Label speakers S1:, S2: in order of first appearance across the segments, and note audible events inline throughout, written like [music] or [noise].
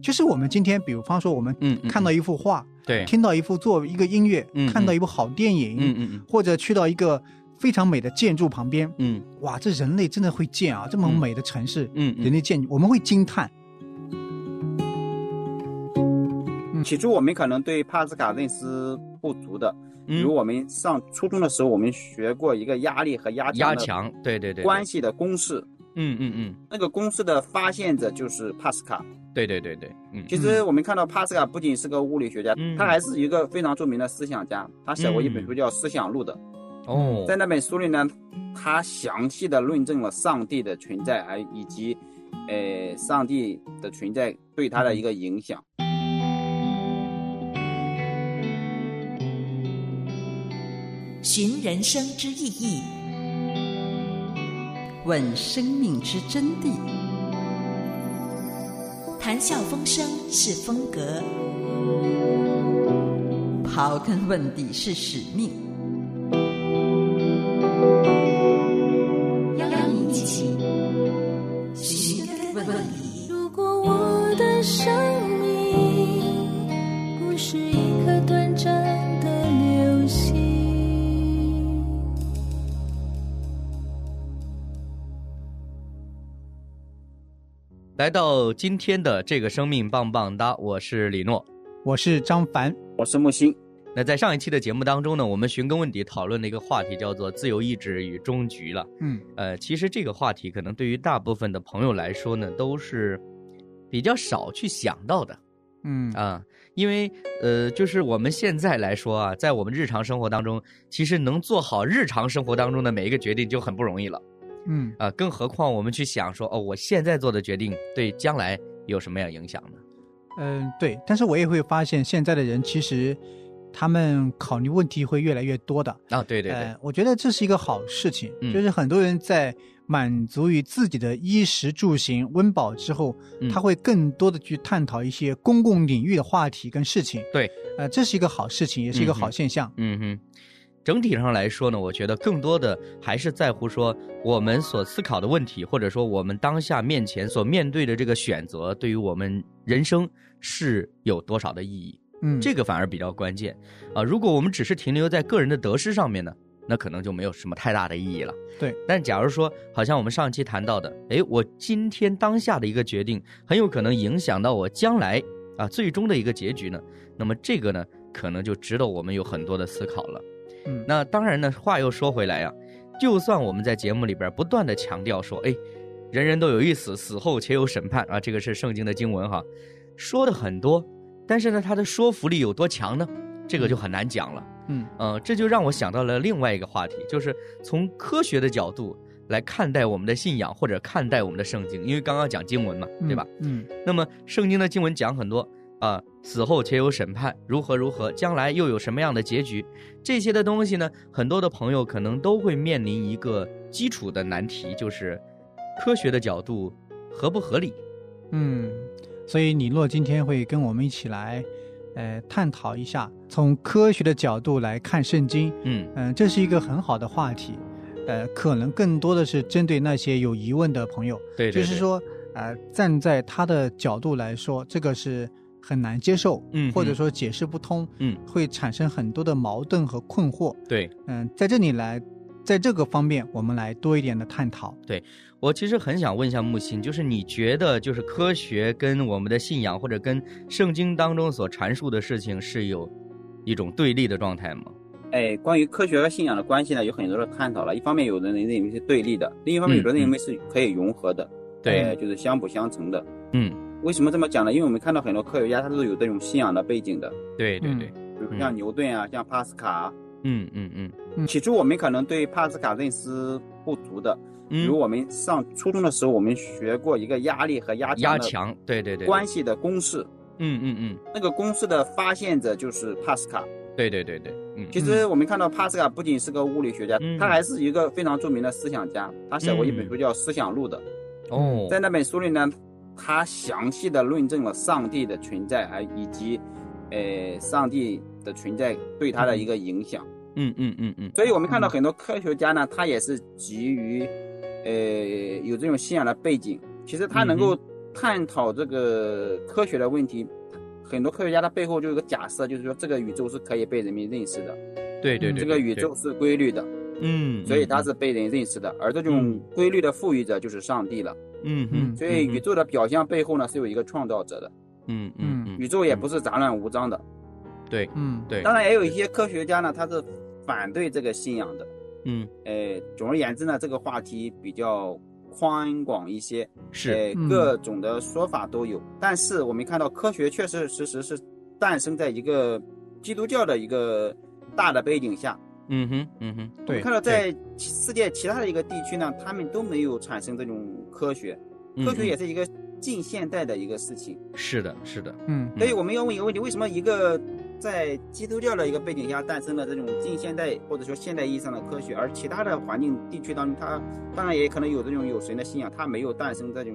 S1: 就是我们今天，比方说我们
S2: 嗯嗯
S1: 看到一幅画，
S2: 对
S1: 听到一幅作一个音乐，
S2: 嗯嗯
S1: 看到一部好电影，
S2: 嗯嗯
S1: 或者去到一个非常美的建筑旁边，
S2: 嗯
S1: 哇，这人类真的会建啊！这么美的城市，
S2: 嗯嗯
S1: 人类建，我们会惊叹。
S3: 起初我们可能对帕斯卡认识不足的，比如
S2: 嗯，
S3: 我们上初中的时候，我们学过一个压力和压
S2: 压
S3: 强的
S2: 强，对对对，
S3: 关，系的公式。
S2: 嗯嗯嗯，
S3: 那个公式的发现者就是帕斯卡。
S2: 对对对对，嗯
S3: 其实我们看到帕斯卡不仅是个物理学家，
S2: 嗯
S3: 他还是一个非常著名的思想家。他写过一本
S2: 嗯
S3: 书叫《思想录》的，
S2: 哦，
S3: 在那本书里呢，他详细的论证了上帝的存在，还以及，呃，上帝的存在对他
S2: 嗯
S3: 的一个影响。
S4: 寻人生之意义，
S5: 问生命之真谛，
S4: 谈笑风生是风格，
S5: 刨根问底是使命。
S6: 邀您一起
S4: 寻根问底。
S7: 如果我的生命不是一颗短暂的流星，
S2: 来到今天的这个生命棒棒哒，我是李诺。
S1: 我是张凡，
S3: 我是木星，
S2: 那在上一期的节目当中呢，我们寻根问底讨论了一个话题，叫做“自由意志与终局”了。
S1: 嗯，
S2: 呃，其实这个话题可能对于大部分的朋友来说呢，都是比较少去想到的
S1: 嗯
S2: 啊，因为呃，就是我们现在来说啊，在我们日常生活当中，其实能做好日常生活当中的每一个决定就很不容易了
S1: 嗯，
S2: 啊，更何况我们去想说，哦，我现在做的决定对将来有什么样影响呢？
S1: 嗯、对。但是我也会发现，现在的人其实他们考虑问题会越来越多的。
S2: 啊，对对对
S1: 呃，我觉得这是一个好事情，
S2: 嗯
S1: 就是很多人在满足于自己的衣食住行、温饱之后，
S2: 嗯
S1: 他会更多的去探讨一些公共领域的话题跟事情。
S2: 对，
S1: 呃，这是一个好事情，也是一个
S2: 嗯哼
S1: 好现象。
S2: 嗯哼，整体上来说呢，我觉得更多的还是在乎说我们所思考的问题，或者说我们当下面前所面对的这个选择，对于我们人生是有多少的意义，
S1: 嗯，
S2: 这个反而比较关键啊。如果我们只是停留在个人的得失上面呢，那可能就没有什么太大的意义了。
S1: 对，
S2: 但假如说，好像我们上期谈到的，诶，我今天当下的一个决定，很有可能影响到我将来啊最终的一个结局呢，那么这个呢，可能就值得我们有很多的思考了。
S1: 嗯
S2: 那当然呢，话又说回来呀、就算我们在节目里边不断的强调说，哎，人人都有一死，死后且有审判啊，这个是圣经的经文哈，说的很多，但是呢，它的说服力有多强呢？这个就很难讲了。
S1: 嗯
S2: 呃，这就让我想到了另外一个话题，就是从科学的角度来看待我们的信仰或者看待我们的圣经，因为刚刚讲经文嘛，对吧？？
S1: 嗯
S2: 那么圣经的经文讲很多啊、死后且有审判，如何如何，将来又有什么样的结局，这些的东西呢，很多的朋友可能都会面临一个基础的难题，就是科学的角度合不合理？
S1: 嗯，所以李洛今天会跟我们一起来，呃，探讨一下从科学的角度来看圣经。
S2: 嗯
S1: 嗯、这是一个很好的话题，呃，可能更多的是针对那些有疑问的朋友，
S2: 对对对
S1: 就是说，呃，站在他的角度来说，这个是很难接受，
S2: 嗯哼
S1: 或者说解释不通，
S2: 嗯，
S1: 会产生很多的矛盾和困惑。
S2: 对。
S1: 嗯、在这里来，在这个方面，我们来多一点的探讨。
S2: 我其实很想问一下木心，就是你觉得就是科学跟我们的信仰或者跟圣经当中所阐述的事情是有一种对立的状态吗？
S3: 哎，关于科学和信仰的关系呢，有很多的探讨了。一方面，有的人认为是对立的；另一方面，
S2: 嗯
S3: 有的人认为是可以融合的，
S2: 对
S3: 呃就是相补相成的。
S2: 嗯，
S3: 为什么这么讲呢？因为我们看到很多科学家，他都是有这种信仰的背景的，
S2: 对对
S1: 嗯
S2: 对，
S3: 比如像牛顿啊，像帕斯卡啊。
S2: 嗯嗯嗯
S1: 嗯
S3: 起初我们可能对帕斯卡认识不足的，
S2: 嗯
S3: 比如我们上初中的时候，我们学过一个压力和压
S2: 压
S3: 的
S2: 强，对对对，
S3: 关系的公式。
S2: 嗯嗯嗯，
S3: 那个公式的发现者就是帕斯卡。
S2: 对对对对，嗯
S3: 其实我们看到帕斯卡不仅是个物理学家，
S2: 嗯
S3: 他还是一个非常著名的思想家。他写过一本
S2: 嗯
S3: 书叫《思想录》的，
S2: 哦，
S3: 在那本书里呢，他详细的论证了上帝的存在，还以及，呃，上帝的存在对他的一个影响。
S2: 嗯嗯嗯嗯，
S3: 所以我们看到很多科学家呢，他也是基于，呃，有这种信仰的背景，其实他能
S2: 嗯
S3: 够探讨这个科学的问题。很多科学家他背后就有个假设，就是说这个宇宙是可以被人们认识的，
S2: 对对对，
S3: 这个
S2: 对
S3: 宇宙，是规律的，
S2: 对嗯，
S3: 所以
S2: 嗯
S3: 它是被人认识的。而这种
S2: 嗯
S3: 规律的赋予者就是上帝了。
S2: 嗯
S1: 嗯
S2: 嗯，
S3: 所以
S2: 嗯
S3: 宇宙的表象背后呢是有一个创造者的，
S2: 嗯嗯嗯，
S3: 宇宙也
S2: 嗯
S3: 不是杂乱无章的。
S2: 对
S1: 嗯，
S2: 对，
S3: 当然，也有一些科学家呢，他是反对这个信仰的。
S2: 嗯
S3: 呃，总而言之呢，这个话题比较宽广一些，
S2: 是，
S3: 呃
S1: 嗯，
S3: 各种的说法都有。但是我们看到，科学确确实实是诞生在一个基督教的一个大的背景下。
S2: 嗯哼嗯哼，
S1: 对
S3: 我们看到在其世界其他的一个地区呢，他们都没有产生这种科学，
S2: 嗯
S3: 科学也
S2: 嗯
S3: 是一个近现代的一个事情。
S2: 是的，是的，
S1: 嗯
S3: 所以我们要问一个问题：为什么一个在基督教的一个背景下诞生了这种近现代或者说现代意义上的科学，而其他的环境地区当中，它当然也可能有这种有神的信仰，它没有诞生这种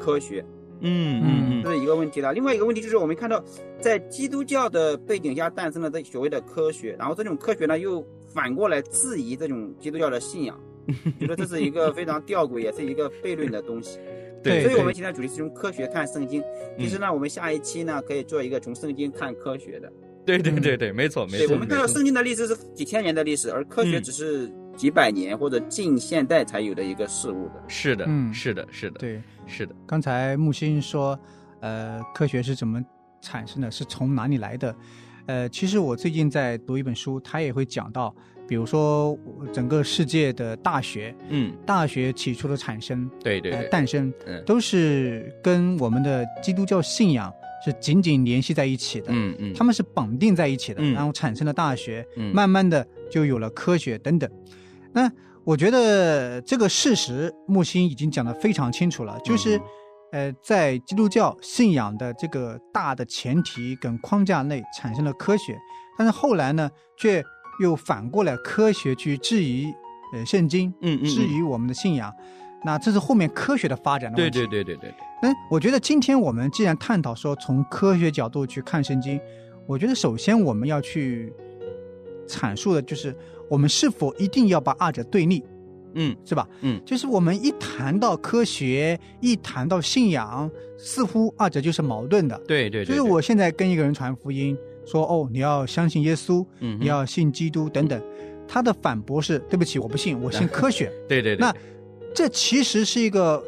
S3: 科学，
S2: 嗯嗯
S3: 这
S2: 嗯，
S3: 是一个问题了。另外一个问题就是，我们看到在基督教的背景下诞生了这所谓的科学，然后这种科学呢又反过来质疑这种基督教的信仰，觉得这是一个非常吊诡，也是一个悖论的东西。
S1: 对
S3: 所以我们今天的主题是从科学看圣经。
S2: 嗯
S3: 其实呢，我们下一期呢可以做一个从圣经看科学的。
S2: 对对对对，没错没
S3: 嗯对，
S2: 错，
S3: 我们看到圣经的历史是几千年的历史，而科学
S2: 嗯
S3: 只是几百年或者近现代才有的一个事物的。
S2: 是的，
S1: 嗯
S2: 是的，是的，
S1: 对。
S2: 是的，
S1: 刚才木星说，呃，科学是怎么产生的，是从哪里来的？呃，其实我最近在读一本书，它也会讲到，比如说呃整个世界的大学，
S2: 嗯，
S1: 大学起初的产生、
S2: 对对
S1: 呃
S2: 对，
S1: 诞生，
S2: 嗯
S1: 都是跟我们的基督教信仰是紧紧联系在一起的。
S2: 嗯嗯，
S1: 他们是绑定在一起的，
S2: 嗯
S1: 然后产生了大学，
S2: 嗯
S1: 慢慢的就有了科学等等。那我觉得这个事实，木星已经讲得非常清楚
S2: 嗯
S1: 了，就是，呃，在基督教信仰的这个大的前提跟框架内产生了科学，但是后来呢，却又反过来科学去质疑，呃，圣经，
S2: 嗯嗯嗯
S1: 质疑我们的信仰。那这是后面科学的发展的
S2: 对
S1: 问题。
S2: 对对对对对，
S1: 那哎我觉得今天我们既然探讨说从科学角度去看圣经，我觉得首先我们要去阐述的就是我们是否一定要把二者对立，
S2: 嗯
S1: 是吧？
S2: 嗯
S1: 就是我们一谈到科学，一谈到信仰，似乎二者就是矛盾的。
S2: 对对
S1: 就
S2: 对，
S1: 是
S2: 对
S1: 我，现在跟一个人传福音，说哦，你要相信耶稣，
S2: 嗯哼
S1: 你要信基督等等，他的反驳是对不起，我不信，
S2: [laughs]
S1: 我信科学。
S2: 对对对，
S1: 那这其实是一个，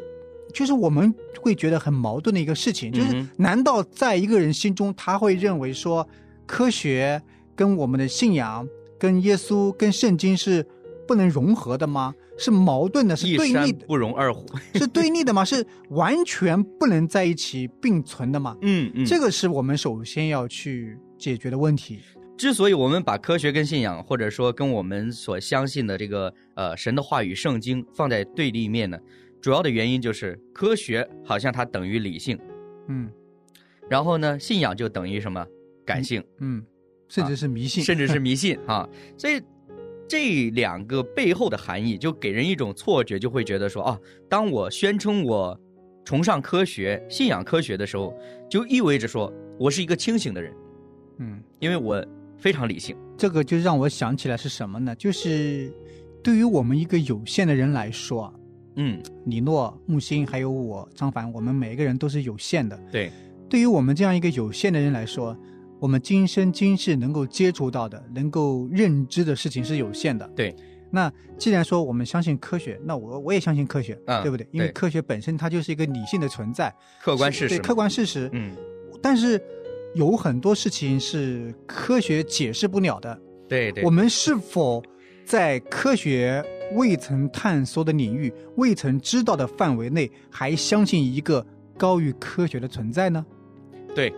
S1: 就是我们会觉得很矛盾的一个事情，就是
S2: 嗯哼
S1: 难道在一个人心中，他会认为说科学跟我们的信仰、跟耶稣、跟圣经是不能融合的吗？是矛盾的，是
S2: 一
S1: 对
S2: 山
S1: 立的，
S2: 不
S3: [laughs]
S2: 容二虎，
S1: [laughs] 是对立的吗？是完全不能在一起并存的吗？
S2: 嗯嗯，
S1: 这个是我们首先要去解决的问题。
S2: 之所以我们把科学跟信仰，或者说跟我们所相信的这个呃神的话语、圣经放在对立面呢，主要的原因就是科学好像它等于理性，
S1: 嗯
S2: 然后呢，信仰就等于什么感性，
S1: 嗯，甚至是迷信，
S2: 啊甚至是
S1: [laughs]
S2: 迷信啊。所以这两个背后的含义，就给人一种错觉，就会觉得说啊，当我宣称我崇尚科学、信仰科学的时候，就意味着说我是一个清醒的人，
S1: 嗯。
S2: 因为我非常理性。
S1: 这个就让我想起来是什么呢？就是对于我们一个有限的人来说啊，
S2: 嗯，
S1: 李诺、木星还有我张凡，我们每一个人都是有限的。
S2: 对，
S1: 对于我们这样一个有限的人来说，我们今生今世能够接触到的、能够认知的事情是有限的。
S2: 对。
S1: 那既然说我们相信科学，那我我也相信科学，
S2: 嗯
S1: 对不对？因为
S2: 对
S1: 科学本身它就是一个理性的存在，
S2: 客观事实
S1: 对
S2: 嘛，
S1: 客观事实。
S2: 嗯，
S1: 但是有很多事情是科学解释不了的。
S2: 对对，
S1: 我们是否在科学未曾探索的领域、未曾知道的范围内，还相信一个高于科学的存在呢？
S2: 对，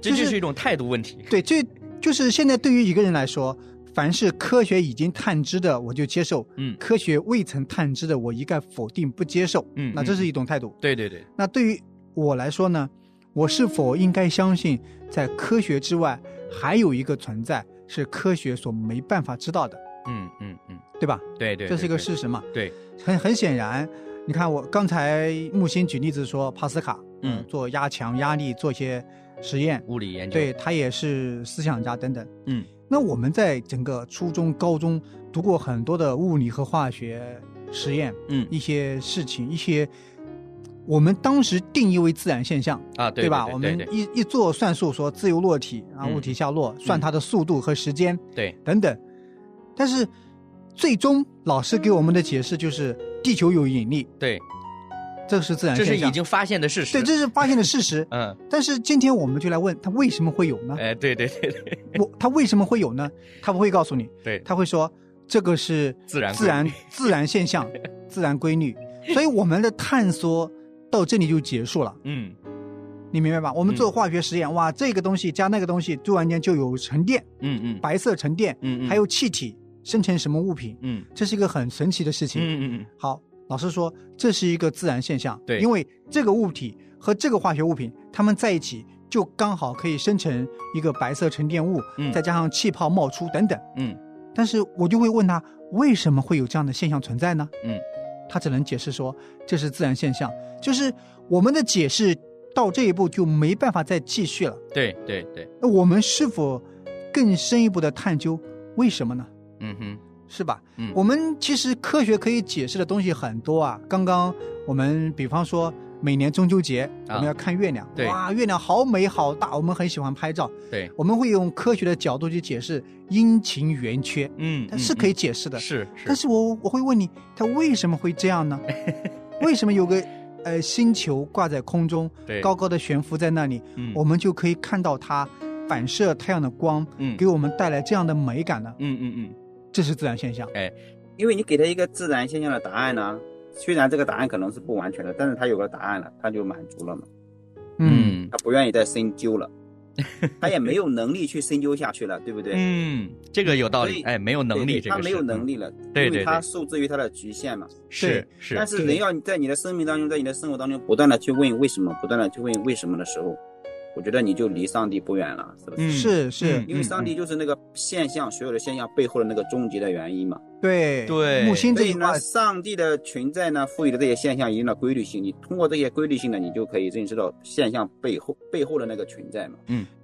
S2: 这
S1: 就
S2: 就是是一种态度问题。
S1: 对，这就是现在对于一个人来说，凡是科学已经探知的，我就接受；
S2: 嗯
S1: 科学未曾探知的，我一概否定不接受。
S2: 嗯
S1: 那
S2: 嗯
S1: 这是一种态度。
S2: 对对对，
S1: 那对于我来说呢，我是否应该相信，在科学之外还有一个存在是科学所没办法知道的，
S2: 嗯嗯嗯，
S1: 对吧？
S2: 对对，
S1: 这是一个
S2: 对
S1: 事，实嘛。
S2: 对，
S1: 很很显然，你看我刚才木星举例子说帕斯卡，
S2: 嗯
S1: 呃做压强、压力做一些实验，
S2: 物理研究，
S1: 对他也是思想家等等。
S2: 嗯，
S1: 那我们在整个初中、高中读过很多的物理和化学实验，
S2: 嗯
S1: 一些事情，一些我们当时定义为自然现象，
S2: 啊，对
S1: 吧？我
S2: 对
S1: 们
S2: 对对
S1: 一一做算术，说自由落体啊，
S2: 嗯
S1: 物体下落，算它的速度和时间
S2: 对，
S1: 等等。但是最终老师给我们的解释就是地球有引力，
S2: 对，
S1: 这是自然
S2: 这是
S1: 现象
S2: 已。经发现的事实，。
S1: 对，这是发现的事实
S2: 嗯，
S1: 但是今天我们就来问它为什么会有呢？
S2: 哎，对对对对
S1: 我他为什么会有呢？他不会告诉你，
S2: 对，
S1: 他会说这个是
S2: 自然
S1: 自然
S2: 规
S1: 自然现
S2: [laughs]
S1: 象、自然规律。所以我们的探索到这里就结束了，
S2: 嗯
S1: 你明白吧？我们做化学实验，哇，这个东西加那个东西，突然间就有沉淀，
S2: 嗯嗯
S1: 白色沉淀，
S2: 嗯嗯
S1: 还有气体生成什么物品，
S2: 嗯
S1: 这是一个很神奇的事
S2: 嗯
S1: 情。
S2: 嗯嗯，
S1: 好，老师说这是一个自然现象，
S2: 对
S1: 因为这个物体和这个化学物品它们在一起，就刚好可以生成一个白色沉淀物，
S2: 嗯
S1: 再加上气泡冒出等等。
S2: 嗯
S1: 但是我就会问他，为什么会有这样的现象存在呢？
S2: 嗯，
S1: 他只能解释说这是自然现象，就是我们的解释到这一步就没办法再继续了。
S2: 对对对，
S1: 那我们是否更深一步的探究为什么呢？
S2: 嗯哼，
S1: 是吧？
S2: 嗯
S1: 我们其实科学可以解释的东西很多啊。刚刚我们比方说每年中秋节我
S2: 啊
S1: 们要看月亮，
S2: 对
S1: 哇，月亮好美好大，我们很喜欢拍照。
S2: 对，
S1: 我们会用科学的角度去解释阴晴圆缺，
S2: 嗯，
S1: 它
S2: 嗯
S1: 是可以
S2: 嗯
S1: 解释的。
S2: 是
S1: 但
S2: 是，
S1: 是我我会问你，它为什么会这
S2: [laughs]
S1: 样呢？为什么有个呃星球挂在空中
S2: 对，
S1: 高高的悬浮在那里，
S2: 嗯
S1: 我们就可以看到它反射太阳的光，
S2: 嗯
S1: 给我们带来这样的美感呢？
S2: 嗯嗯嗯，
S1: 这是自然现象。
S3: 因为你给他一个自然现象的答案呢、虽然这个答案可能是不完全的，但是他有个答案了，他就满足了嘛，
S2: 嗯
S3: 他不愿意再深究
S2: [laughs]
S3: 了，他也没有能力去深究下去了，对不对？
S2: 嗯，这个有道
S3: 所
S2: 理，
S3: 以
S2: 哎，没有能
S3: 对
S2: 力
S3: 对
S2: 这
S3: 他
S2: 个
S3: 没有
S2: 是嗯
S3: 能，力了，
S2: 对
S3: 因
S2: 对
S3: 为他
S2: 对
S3: 受制于他的局限嘛。
S2: 是是，
S3: 但是人要你在你的生命当中，在你的生活当中，不断的去问为什么，不断的去问为什么的时候，我觉得你就离上帝不远了，是不是？
S2: 嗯
S1: 是是
S3: 因为上帝就是那个现象，所有的现象背后的那个终极的原因嘛。
S1: 对
S2: 对
S1: 木星
S3: 所
S1: 这
S3: 以
S1: 句话
S3: 呢，，上帝的存在呢，赋予了这些现象一定的规律性。你通过这些规律性呢，你就可以认识到现象背后背后的那个存在嘛。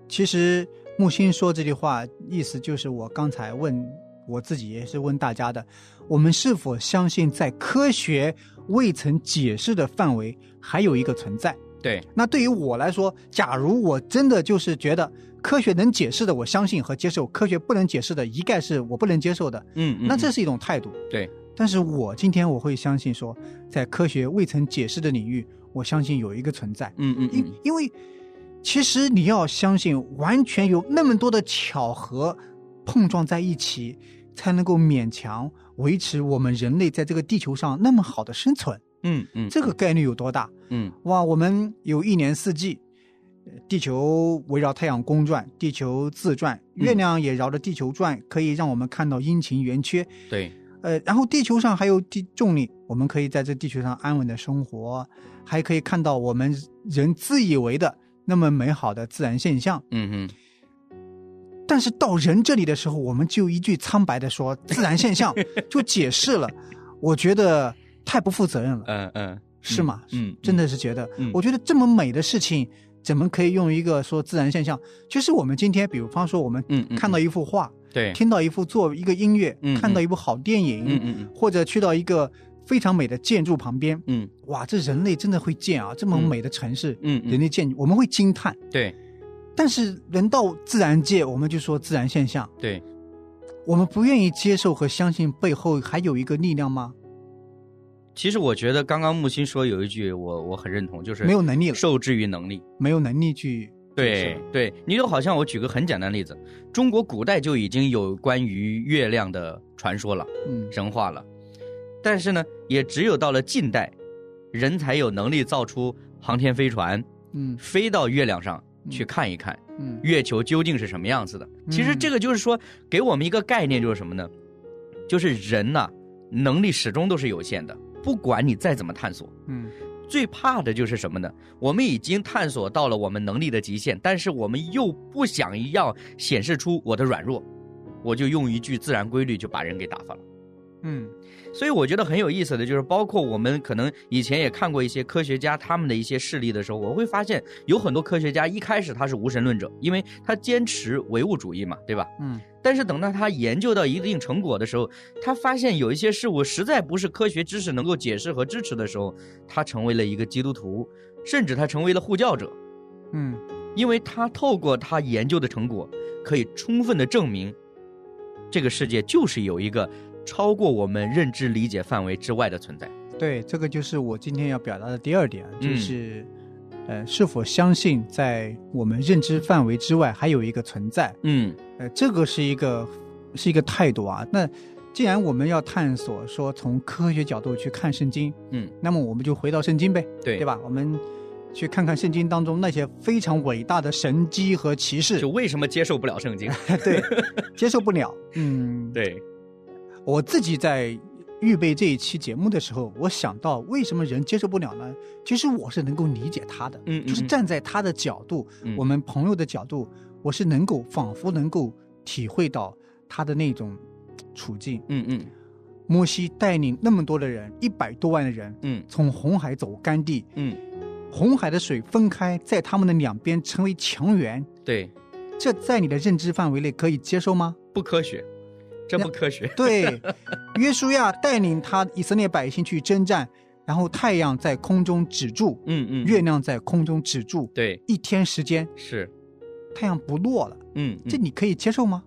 S1: 其实木星说这句话意思就是我刚才问我自己，也是问大家的：我们是否相信在科学未曾解释的范围还有一个存在？
S2: 对，
S1: 那对于我来说，假如我真的就是觉得科学能解释的，我相信和接受；科学不能解释的，一概是我不能接受的。
S2: 嗯，嗯
S1: 那这
S2: 嗯
S1: 是一种态度。
S2: 对。
S1: 但是我今天我会相信说，在科学未曾解释的领域，我相信有一个存在。
S2: 嗯嗯
S1: 因
S2: 嗯，
S1: 因为其实你要相信，完全有那么多的巧合碰撞在一起，才能够勉强维持我们人类在这个地球上那么好的生存。
S2: 嗯嗯，
S1: 这个概率有多大？
S2: 嗯
S1: 哇，我们有一年四季，呃地球围绕太阳公转，地球自转，
S2: 嗯
S1: 月亮也绕着地球转，可以让我们看到阴晴圆缺。
S2: 对，
S1: 呃，然后地球上还有地重力，我们可以在这地球上安稳的生活，还可以看到我们人自以为的那么美好的自然现象。
S2: 嗯嗯，
S1: 但是到人这里的时候，我们就一句苍白的说自然现
S2: [laughs]
S1: 象就解释了，我觉得太不负责任了，
S2: 嗯嗯，
S1: 是吗？
S2: 嗯，
S1: 真
S2: 的，
S1: 的是觉得，
S2: 嗯
S1: 我觉得这么美的事情，怎么可以用一个说自然现象？就是我们今天，比方说我们
S2: 嗯嗯
S1: 看到一幅画，
S2: 对，
S1: 听到一幅作一个音乐，
S2: 嗯嗯
S1: 看到一部好电影，
S2: 嗯嗯嗯
S1: 或者去到一个非常美的建筑旁边，
S2: 嗯
S1: 哇，这人类真的会建啊！这么美的城市，
S2: 嗯
S1: 人
S2: 嗯，
S1: 类建，我们会惊叹。
S2: 对
S1: 但是人到自然界，我们就说自然现象，
S2: 对，
S1: 我们不愿意接受和相信背后还有一个力量吗？
S2: 其实我觉得刚刚木心说有一句我我很认同，就是
S1: 没有能力了，
S2: 受制于能力。
S1: 没有能力去
S2: 对对，你就好像我举个很简单的例子，中国古代就已经有关于月亮的传说了、
S1: 嗯
S2: 神话了，但是呢，也只有到了近代，人才有能力造出航天飞船
S1: 嗯
S2: 飞到月亮上去看一看
S1: 嗯
S2: 月球究竟是什么样子的。其实这个就是说，给我们一个概念，就是什么呢？就是人呐、能力始终都是有限的，不管你再怎么探索，
S1: 嗯
S2: 最怕的就是什么呢？我们已经探索到了我们能力的极限，但是我们又不想要显示出我的软弱，我就用一句自然规律就把人给打发了。
S1: 嗯
S2: 所以我觉得很有意思的就是，包括我们可能以前也看过一些科学家他们的一些事例的时候，我会发现有很多科学家一开始他是无神论者，因为他坚持唯物主义嘛，对吧？
S1: 嗯
S2: 但是等到他研究到一定成果的时候，他发现有一些事物实在不是科学知识能够解释和支持的时候，他成为了一个基督徒，甚至他成为了护教者，
S1: 嗯
S2: 因为他透过他研究的成果，可以充分的证明，这个世界就是有一个超过我们认知理解范围之外的存在。
S1: 对，这个就是我今天要表达的第二点，就
S2: 嗯
S1: 是、呃，是否相信在我们认知范围之外还有一个存在？
S2: 嗯
S1: 呃，这个是一个是一个态度啊。那既然我们要探索说从科学角度去看圣经，
S2: 嗯，
S1: 那么我们就回到圣经呗，
S2: 对
S1: 对？吧？我们去看看圣经当中那些非常伟大的神迹和奇事
S2: 嗯就，为什么接受不了
S1: [laughs]
S2: 圣经？ [laughs]
S1: 对，接受不了。嗯，
S2: 对，
S1: 我自己在预备这一期节目的时候，我想到为什么人接受不了呢？其实我是能够理解他的，
S2: 嗯嗯
S1: 就是站在他的角度，
S2: 嗯
S1: 我们朋友的角度，我是能够仿佛能够体会到他的那种处境。
S2: 嗯嗯
S1: 摩西带领那么多的人，一百多万的人，
S2: 嗯
S1: 从红海走干地，
S2: 嗯，
S1: 红海的水分开，在他们的两边成为墙垣，
S2: 对，
S1: 这在你的认知范围内可以接受吗？
S2: 不科学，这不科学。 [laughs]
S1: 对，约书亚带领他以色列百姓去征战，然后太阳在空中止住，
S2: 嗯嗯，
S1: 月亮在空中止住，
S2: 对
S1: 一天时间
S2: 是，
S1: 太阳不落了，
S2: 嗯，嗯
S1: 这你可以接受
S2: [laughs]
S1: 吗？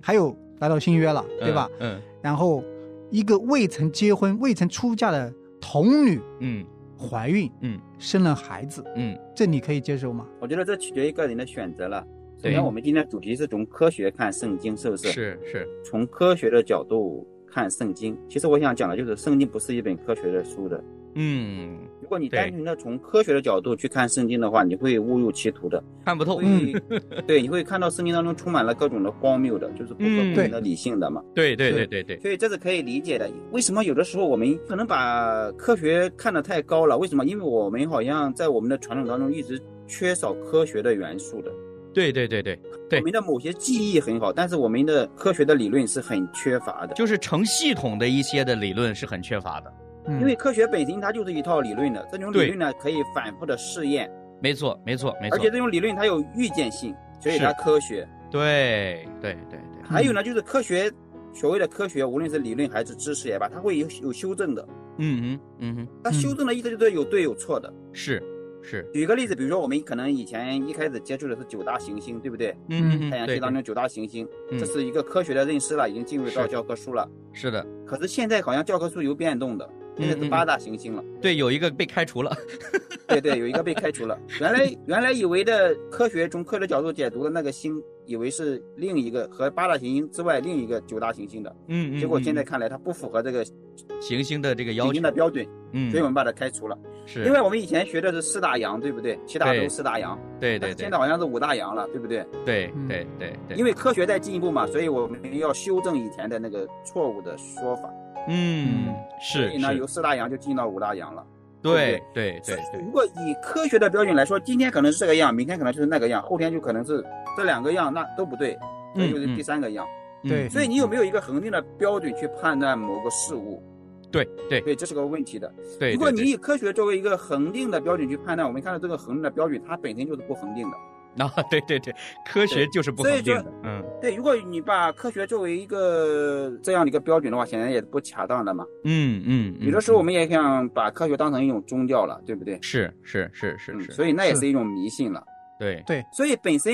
S1: 还有来到新约了，对吧？？
S2: 嗯
S1: 然后一个未曾结婚、未曾出嫁的童女
S2: 嗯
S1: 怀孕，
S2: 嗯，
S1: 生了孩子，
S2: 嗯
S1: 这你可以接受吗？
S3: 我觉得这取决于个人的选择了。首
S2: 对
S3: 先，我们今天主题是从科学看圣经，是不是？
S2: 嗯，是是，
S3: 从科学的角度看圣经。其实我想讲的就是，圣经不是一本科学的书的。
S2: 嗯，
S3: 如果你
S2: 对
S3: 单纯的从科学的角度去看圣经的话，你会误入歧途的。
S2: 看不透。
S1: 嗯
S3: 会，对，你会看到圣经当中充满了各种的荒谬的，就是不可
S2: 嗯
S3: 避免的理性的嘛。
S2: 对对
S1: 是
S2: 对对对，
S3: 所以这是可以理解的。为什么有的时候我们可能把科学看得太高了？为什么？因为我们好像在我们的传统当中一直缺少科学的元素的。
S2: 对对对对，对
S3: 我们的某些记忆很好，但是我们的科学的理论是很缺乏的。
S2: 就是成系统的一些的理论是很缺乏的。
S1: 嗯
S3: 因为科学本身它就是一套理论的，这种理
S2: 对
S3: 论呢可以反复的试验，
S2: 没错没错没
S3: 而
S2: 错
S3: 且，这种理论它有预见性，所以
S2: 是嗯
S3: 它科学。
S2: 对对对对，
S3: 还有呢，就是科学，所谓的科学，无论是理论还是知识也罢，它会有有修正的。
S2: 嗯哼嗯哼，
S3: 它修正的意思就是有对有错的。
S2: 是是，
S3: 举个例子，比如说我们可能以前一开始接触的是九大行星，对不对？
S2: 嗯嗯
S3: 太
S2: 嗯，
S3: 阳系
S2: 对，
S3: 当
S2: 对
S3: 中九大行星，
S2: 嗯
S3: 这是一个科学的认识了，已经进入到
S2: 是
S3: 教科书了。
S2: 是的，
S3: 可是现在好像教科书有变动的，现在
S2: 嗯嗯
S3: 是八大行星了。
S2: 对，有一个被开除了。
S3: 对对，有一个被开除了。原来原来以为的科学从科学角度解读的那个星，以为是另一个和八大行星之外另一个九大行星的，
S2: 嗯嗯，
S3: 结果
S2: 嗯
S3: 现在
S2: 嗯
S3: 看来它不符合这个
S2: 行星的这个要
S3: 行
S2: 求
S3: 星的，标准，
S2: 嗯
S3: 所以，我们把它开除了。
S2: 是，
S3: 因为我们以前学的是四大洋，对不对？七大
S2: 对
S3: 洲四大洋，
S2: 对
S3: 但
S2: 对
S3: 是
S2: 对
S3: 现在好像是五大洋了，对不对？
S2: 对
S1: 嗯
S2: 对对对，
S3: 因为科学在进步嘛，所以我们要修正以前的那个错误的说法。
S2: 嗯
S3: 所
S2: 是
S3: 以呢，由
S2: 是，
S3: 四大洋就进到五大洋了。
S2: 对对
S3: 所
S2: 对
S3: 以
S2: 对，
S3: 如果以科学的标准来说，今天可能是这个样，明天可能就是那个样，后天就可能是这两个样，那都不对，所以就是
S2: 嗯嗯嗯
S3: 第三个样。
S1: 对
S3: 所以你有没有一个恒定的标准去判断某个事物？
S2: 对对
S3: 对，这是个问题的。
S2: 对，
S3: 如果
S2: 对
S3: 你
S2: 对
S3: 以科学作为一个恒定的标准去判断，我们看到这个恒定的标准，它本身就是不恒定的。
S2: 啊，对对对，科学
S3: 对
S2: 就是不
S3: 所以
S2: 恒定
S3: 说
S2: 的，嗯
S3: 对，如果你把科学作为一个这样的一个标准的话，显然也不恰当的嘛。
S2: 嗯嗯，
S3: 有的时候
S2: 嗯
S3: 我们也想把科学当成一种宗教了，对不对？
S2: 是是是是
S3: 嗯，
S2: 是，
S3: 所以那也
S1: 是
S3: 是一种迷信了。
S2: 对
S3: 所以本身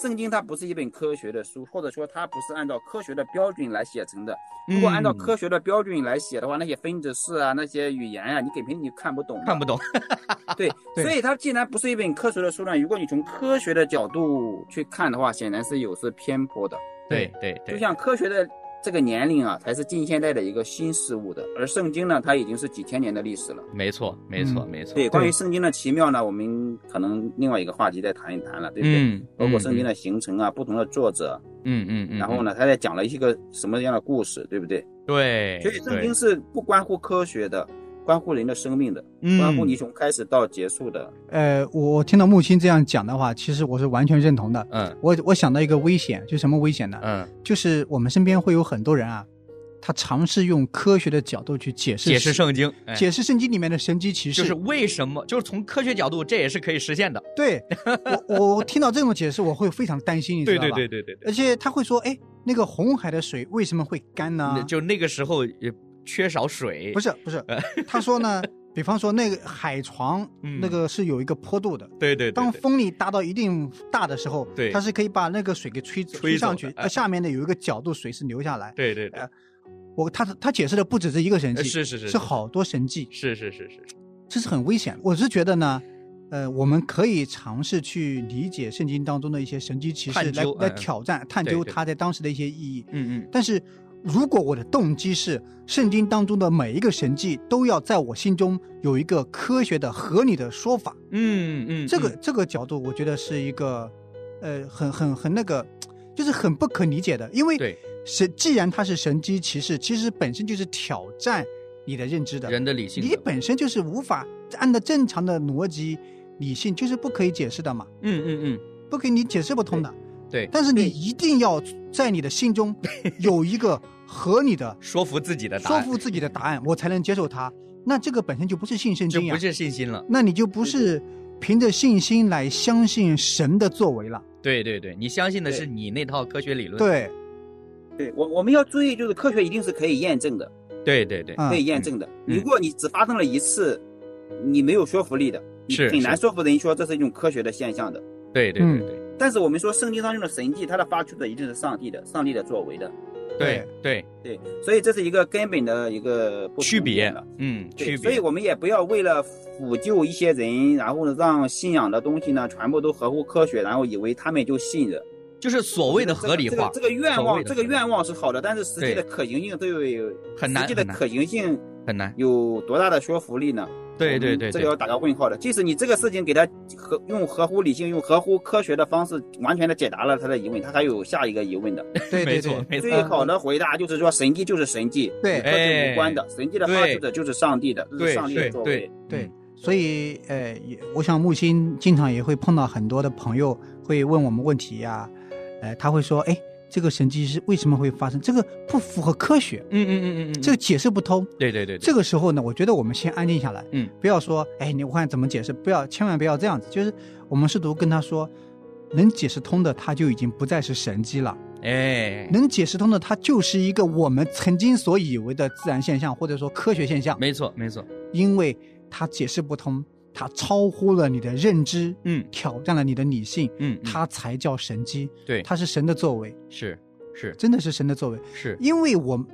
S3: 圣经它不是一本科学的书，或者说它不是按照科学的标准来写成的。如果按照
S2: 嗯
S3: 科学的标准来写的话，那些分子式啊，那些语言啊，你根本你看不懂的。
S2: 看不懂， [laughs]
S3: 对，
S1: 对
S3: 所以它既然不是一本科学的书呢，如果你从科学的角度去看的话，显然是有失偏颇的。
S2: 对对对，
S3: 就像科学的这个年龄啊，才是近现代的一个新事物的。而圣经呢，它已经是几千年的历史了。
S2: 没错，没错，
S1: 嗯
S2: 没错。
S3: 对，关于圣经的奇妙呢，我们可能另外一个话题再谈一谈了，对不对？
S2: 嗯，
S3: 包括圣经
S2: 的，
S3: 的形成啊，不同的作者，
S2: 嗯嗯嗯，
S3: 然后
S2: 呢？
S3: 呢，他在讲了一个什么样的故事，对不对？
S2: 对，
S3: 所以圣
S2: 嗯对
S3: 经是不关乎科学的，关乎人的生命的，
S2: 嗯
S3: 关
S1: 嗯
S3: 乎你从开始到结束的。
S1: 呃，我听到木星这样讲的话，其实我是完全认同的。
S2: 嗯
S1: 我我想到一个危险，就什么危险呢？
S2: 嗯，
S1: 就是我们身边会有很多人啊，他尝试用科学的角度去解释
S2: 解释圣经，哎
S1: 解释圣经里面的神机骑士，
S2: 就是为什么，就是从科学角度，这也是可以实现的。
S1: 对我我我听到这种解释，我会非常担心，你知
S2: 对
S1: 道吧？
S2: 对对对对对，
S1: 而且他会说，哎，那个红海的水为什么会干
S2: 那
S1: 呢？
S2: 就那个时候也缺少水，
S1: 啊不
S2: 是？
S1: 是不是，他说
S2: [laughs]
S1: 呢，比方说那个海床，
S2: 嗯
S1: 那个是有一个坡度的。
S2: 对对对，
S1: 当
S2: 对
S1: 风力大到一定大的时候，
S2: 对
S1: 它是可以把那个水给吹走
S2: 吹
S1: 吹上
S2: 走
S1: 去
S2: 的，哎
S1: 呃，下面的有一个角度，水是流下来。
S2: 对对对
S1: 呃，我他他解释的不只是一个神迹，
S2: 呃是是是
S1: 是好多神迹，
S2: 是是是是，
S1: 这是很危险的。我是觉得呢，呃，我们可以尝试去理解圣经当中的一些神迹奇事，
S2: 探
S1: 来
S2: 究
S1: 来
S2: 嗯
S1: 挑战、探
S2: 对
S1: 究
S2: 对
S1: 它在当时的一些意义。
S2: 嗯嗯，
S1: 但是如果我的动机是圣经当中的每一个神迹都要在我心中有一个科学的、合理的说法，
S2: 嗯嗯，
S1: 这个
S2: 嗯
S1: 这个角度，我觉得是一个，呃，很很很那个，就是很不可理解的，因为
S2: 对
S1: 神既然它是神机骑士，其实本身就是挑战你的认知的，
S2: 人的理性的，
S1: 你本身就是无法按照正常的逻辑理性就是不可以解释的嘛，
S2: 嗯嗯嗯，
S1: 不可以你解释不通的。
S2: 对
S1: 但是你一定要在你的心中有一个合理的
S2: 说服自己的答
S1: 说
S2: 案，嗯
S1: 服自己的答案，我才能接受它。那这个本身就不是信圣
S2: 就
S1: 经呀、
S2: 不是信心了。
S1: 那你就不是凭着信心来相信神的作为了。
S2: 对对对，你相信的是你那套科学理论。
S1: 对，
S3: 对我，我们要注意，就是科学一定是可以验证的，
S2: 对对对，
S1: 嗯
S3: 可以验证的。
S2: 嗯
S3: 如果你只发生了一次，你没有说服力的，你
S2: 是
S3: 很难
S2: 是
S3: 说服人说这是一种科学的现象的。
S2: 对对
S1: 嗯
S2: 对对
S3: 但是我们说圣经当中的神迹，它的发出的一定是上帝的，上帝的作为的。
S2: 对对，
S3: 对，所以这是一个根本的一个不同
S2: 区别
S3: 点了。，
S2: 嗯，
S3: 对
S2: 区别。
S3: 所以我们也不要为了辅救一些人，然后呢让信仰的东西呢全部都合乎科学，然后以为他们就信了。
S2: 就是所谓的合理化，
S3: 这个这个这个愿
S2: 所谓
S3: 望，
S2: 的
S3: 这个
S2: 合理化
S3: 愿望是好的，但是实际的
S2: 对
S3: 可行性都有有
S2: 很难
S3: 实际的
S2: 很难
S3: 可行性
S2: 很难。
S3: 有多大的说服力呢？
S2: 对对对
S3: 这
S2: 对
S3: 个要打个问号的。即使你这个事情给他合用合乎理性、用合乎科学的方式完全的解答了他的疑问，他还有下一个疑问的。
S2: [laughs]
S1: 对对
S2: 没错
S1: 对，
S2: 没错
S3: 最好的回答就是说，神迹就是神迹，
S1: 对
S3: 和这无关的。神迹的发
S2: 对
S3: 出者就是上帝的，这
S2: 对
S3: 是上帝
S2: 对
S3: 的作为
S2: 对。
S1: 对，所以呃，也我想木星经常也会碰到很多的朋友会问我们问题呀、呃，他会说，哎，这个神迹是为什么会发生？这个不符合科学，
S2: 嗯嗯嗯嗯嗯，
S1: 这个解释不通。
S2: 对对对，对
S1: 这个时候呢，我觉得我们先安静下来，
S2: 嗯，
S1: 不要说，哎，你我看怎么解释，不要，千万不要这样子，就是我们试图跟他说，能解释通的，他就已经不再是神迹了。
S2: 哎，
S1: 能解释通的，它就是一个我们曾经所以为的自然现象，或者说科学现象，
S2: 没错没错，
S1: 因为它解释不通，它超乎了你的认知，
S2: 嗯
S1: 挑战了你的理性，
S2: 嗯，嗯
S1: 它才叫神机，
S2: 对
S1: 它是神的作为，
S2: 是是
S1: 真的是神的作为，
S2: 是，
S1: 因为我们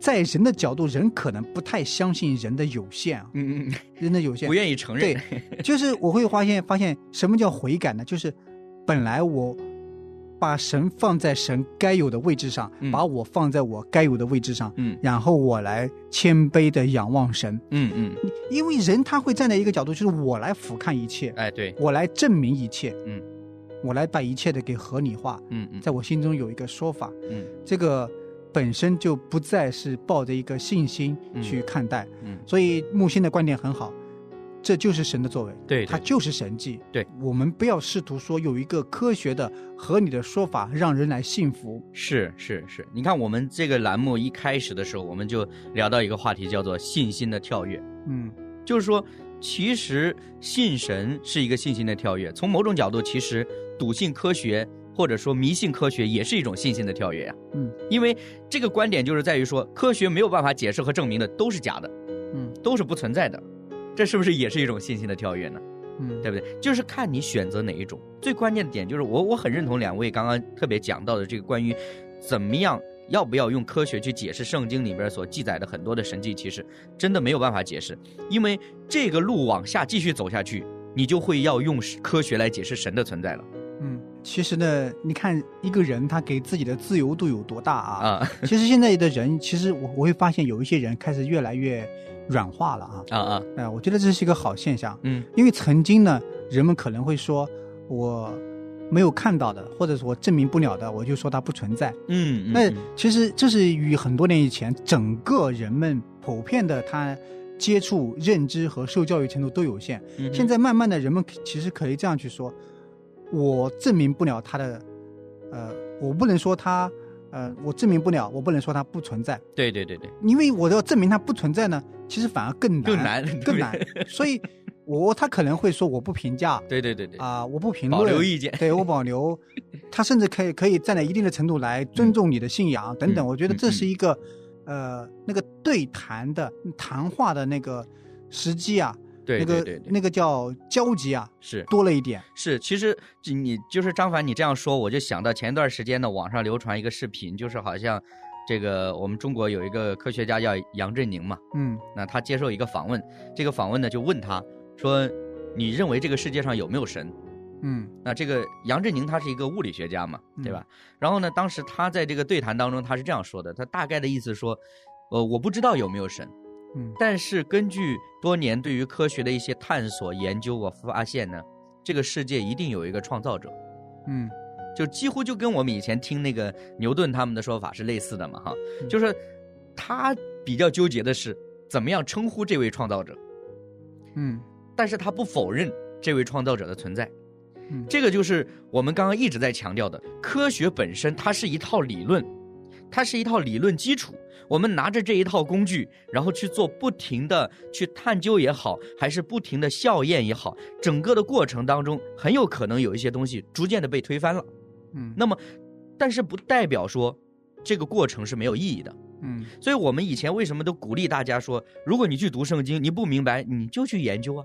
S1: 在人的角度，人可能不太相信人的有限啊，
S2: 嗯嗯，
S1: 人的有
S2: 嗯
S1: 限，
S2: 不愿意承认，
S1: 对， [laughs] 就是我会发现，发现什么叫悔改呢？就是本来我把神放在神该有的位置上，
S2: 嗯
S1: 把我放在我该有的位置上，
S2: 嗯
S1: 然后我来谦卑的仰望神，
S2: 嗯嗯，
S1: 因为人他会站在一个角度，就是我来俯瞰一切，
S2: 哎对，
S1: 我来证明一切，
S2: 嗯，
S1: 我来把一切的给合理化，
S2: 嗯嗯
S1: 在我心中有一个说法，
S2: 嗯
S1: 这个本身就不再是抱着一个信心
S2: 嗯
S1: 去看待。
S2: 嗯，
S1: 所以木星的观点很好，这就是神的作为，
S2: 对对
S1: 它就是神迹。
S2: 对，
S1: 我们不要试图说有一个科学的、合理的说法让人来信服。
S2: 是是是，你看我们这个栏目一开始的时候，我们就聊到一个话题，叫做信心的跳跃。
S1: 嗯，
S2: 就是说，其实信神是一个信心的跳跃。从某种角度，其实笃信科学或者说迷信科学也是一种信心的跳跃呀、
S1: 嗯，
S2: 因为这个观点就是在于说，科学没有办法解释和证明的都是假的，
S1: 嗯
S2: 都是不存在的，这是不是也是一种信心的跳跃呢？
S1: 嗯，
S2: 对不对？就是看你选择哪一种。最关键的点就是我我很认同两位刚刚特别讲到的这个关于怎么样要不要用科学去解释圣经里边所记载的很多的神迹奇事，真的没有办法解释，因为这个路往下继续走下去，你就会要用科学来解释神的存在了。
S1: 嗯，其实呢，你看一个人他给自己的自由度有多大啊？
S2: 啊
S1: 其实现在的人，其实我我会发现有一些人开始越来越软化了啊。
S2: 啊啊，
S1: 呃，我觉得这是一个好现象，
S2: 嗯
S1: 因为曾经呢，人们可能会说我没有看到的，或者是我证明不了的，我就说它不存在。
S2: 嗯，
S1: 那
S2: 嗯嗯
S1: 其实这是与很多年以前整个人们普遍的他接触、认知和受教育程度都有限。
S2: 嗯
S1: 现在慢慢的，人们其实可以这样去说：我证明不了它的，呃，我不能说它，呃，我证明不了，我不能说它不存在，
S2: 对对对对，
S1: 因为我要证明它不存在呢，其实反而更难，
S2: 更难
S1: 更难。所以我，他可能会说我不评价，
S2: 对对对对，
S1: 啊、我不评论，
S2: 保留意见，
S1: 对我保
S2: [laughs]
S1: 留，他甚至可以可以站在一定的程度来尊重你的信仰等等。
S2: 嗯
S1: 我觉得
S2: 嗯
S1: 这是一个，呃，那个对谈的谈话的那个时机啊，
S2: 对
S1: 那
S2: 对对
S1: 个
S2: 对，
S1: 那个叫交集啊，
S2: 是
S1: 多了一点。
S2: 是，其实就你就是张凡，你这样说，我就想到前段时间呢，网上流传一个视频，就是好像这个我们中国有一个科学家叫杨振宁嘛，
S1: 嗯
S2: 那他接受一个访问，这个访问呢就问他说，你认为这个世界上有没有神？
S1: 嗯
S2: 那这个杨振宁他是一个物理学家嘛，对吧？然后呢，当时他在这个对谈当中他是这样说的，他大概的意思说，呃，我不知道有没有神，
S1: 嗯
S2: 但是根据多年对于科学的一些探索研究，我发现呢，这个世界一定有一个创造者，
S1: 嗯
S2: 就几乎就跟我们以前听那个牛顿他们的说法是类似的嘛，哈，
S1: 嗯
S2: 就是他比较纠结的是怎么样称呼这位创造者，
S1: 嗯
S2: 但是他不否认这位创造者的存在。
S1: 嗯
S2: 这个就是我们刚刚一直在强调的，科学本身它是一套理论，它是一套理论基础。我们拿着这一套工具，然后去做不停的去探究也好，还是不停的校验也好，整个的过程当中，很有可能有一些东西逐渐的被推翻了。
S1: 嗯
S2: 那么，但是不代表说这个过程是没有意义的。
S1: 嗯
S2: 所以我们以前为什么都鼓励大家说，如果你去读圣经，你不明白，你就去研究啊。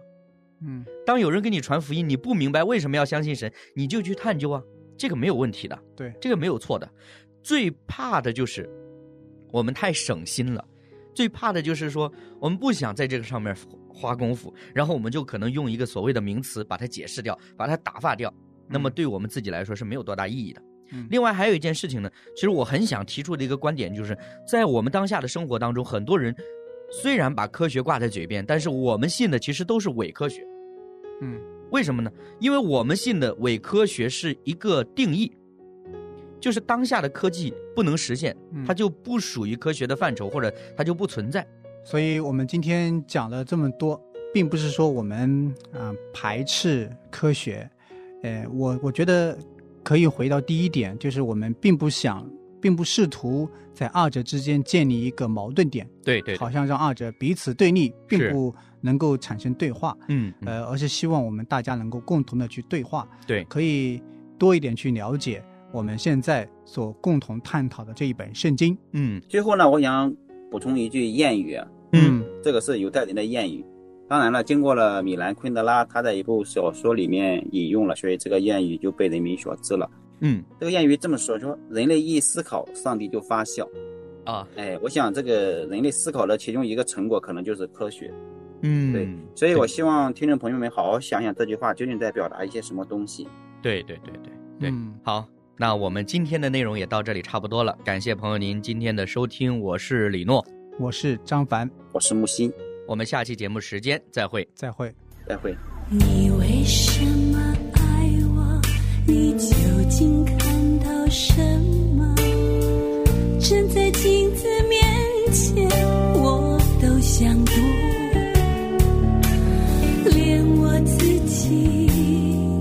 S1: 嗯
S2: 当有人给你传福音，你不明白为什么要相信神，你就去探究啊，这个没有问题的，
S1: 对
S2: 这个没有错的。最怕的就是我们太省心了，最怕的就是说我们不想在这个上面花功夫，然后我们就可能用一个所谓的名词把它解释掉，把它打发掉。那么对我们自己来说是没有多大意义的。
S1: 嗯
S2: 另外还有一件事情呢，其实我很想提出的一个观点就是，在我们当下的生活当中，很多人虽然把科学挂在嘴边，但是我们信的其实都是伪科学。
S1: 嗯
S2: 为什么呢？因为我们信的伪科学是一个定义，就是当下的科技不能实现，
S1: 嗯
S2: 它就不属于科学的范畴，或者它就不存在。
S1: 所以我们今天讲了这么多，并不是说我们啊、排斥科学，呃，我我觉得可以回到第一点，就是我们并不想，并不试图在二者之间建立一个矛盾点，
S2: 对对
S1: 好像让二者彼此对立，并
S2: 是
S1: 不能够产生对话，
S2: 嗯，嗯
S1: 呃，而是希望我们大家能够共同的去对话，
S2: 对
S1: 可以多一点去了解我们现在所共同探讨的这一本圣经，
S2: 嗯
S3: 最后呢，我想补充一句谚语啊，
S2: 嗯
S3: 这个是犹太人的谚语。当然了，经过了米兰昆德拉他在一部小说里面引用了，所以这个谚语就被人民所知了。
S2: 嗯
S3: 这个谚语这么说：说人类一思考，上帝就发笑。
S2: 啊
S3: 哎，我想这个人类思考的其中一个成果，可能就是科学。
S2: 嗯，
S3: 对，所以我希望听众朋友们好好想想这句话究竟在表达一些什么东西。
S2: 对对对对对，
S1: 嗯
S2: 好。那我们今天的内容也到这里差不多了，感谢朋友您今天的收听，我是李诺，
S1: 我是张凡，
S3: 我是木心，
S2: 我们下期节目时间再会。
S1: 再会。
S3: 再会。
S7: 你为什么爱我？你究竟看到什么？站在镜子面前，我都想躲，连我自己哦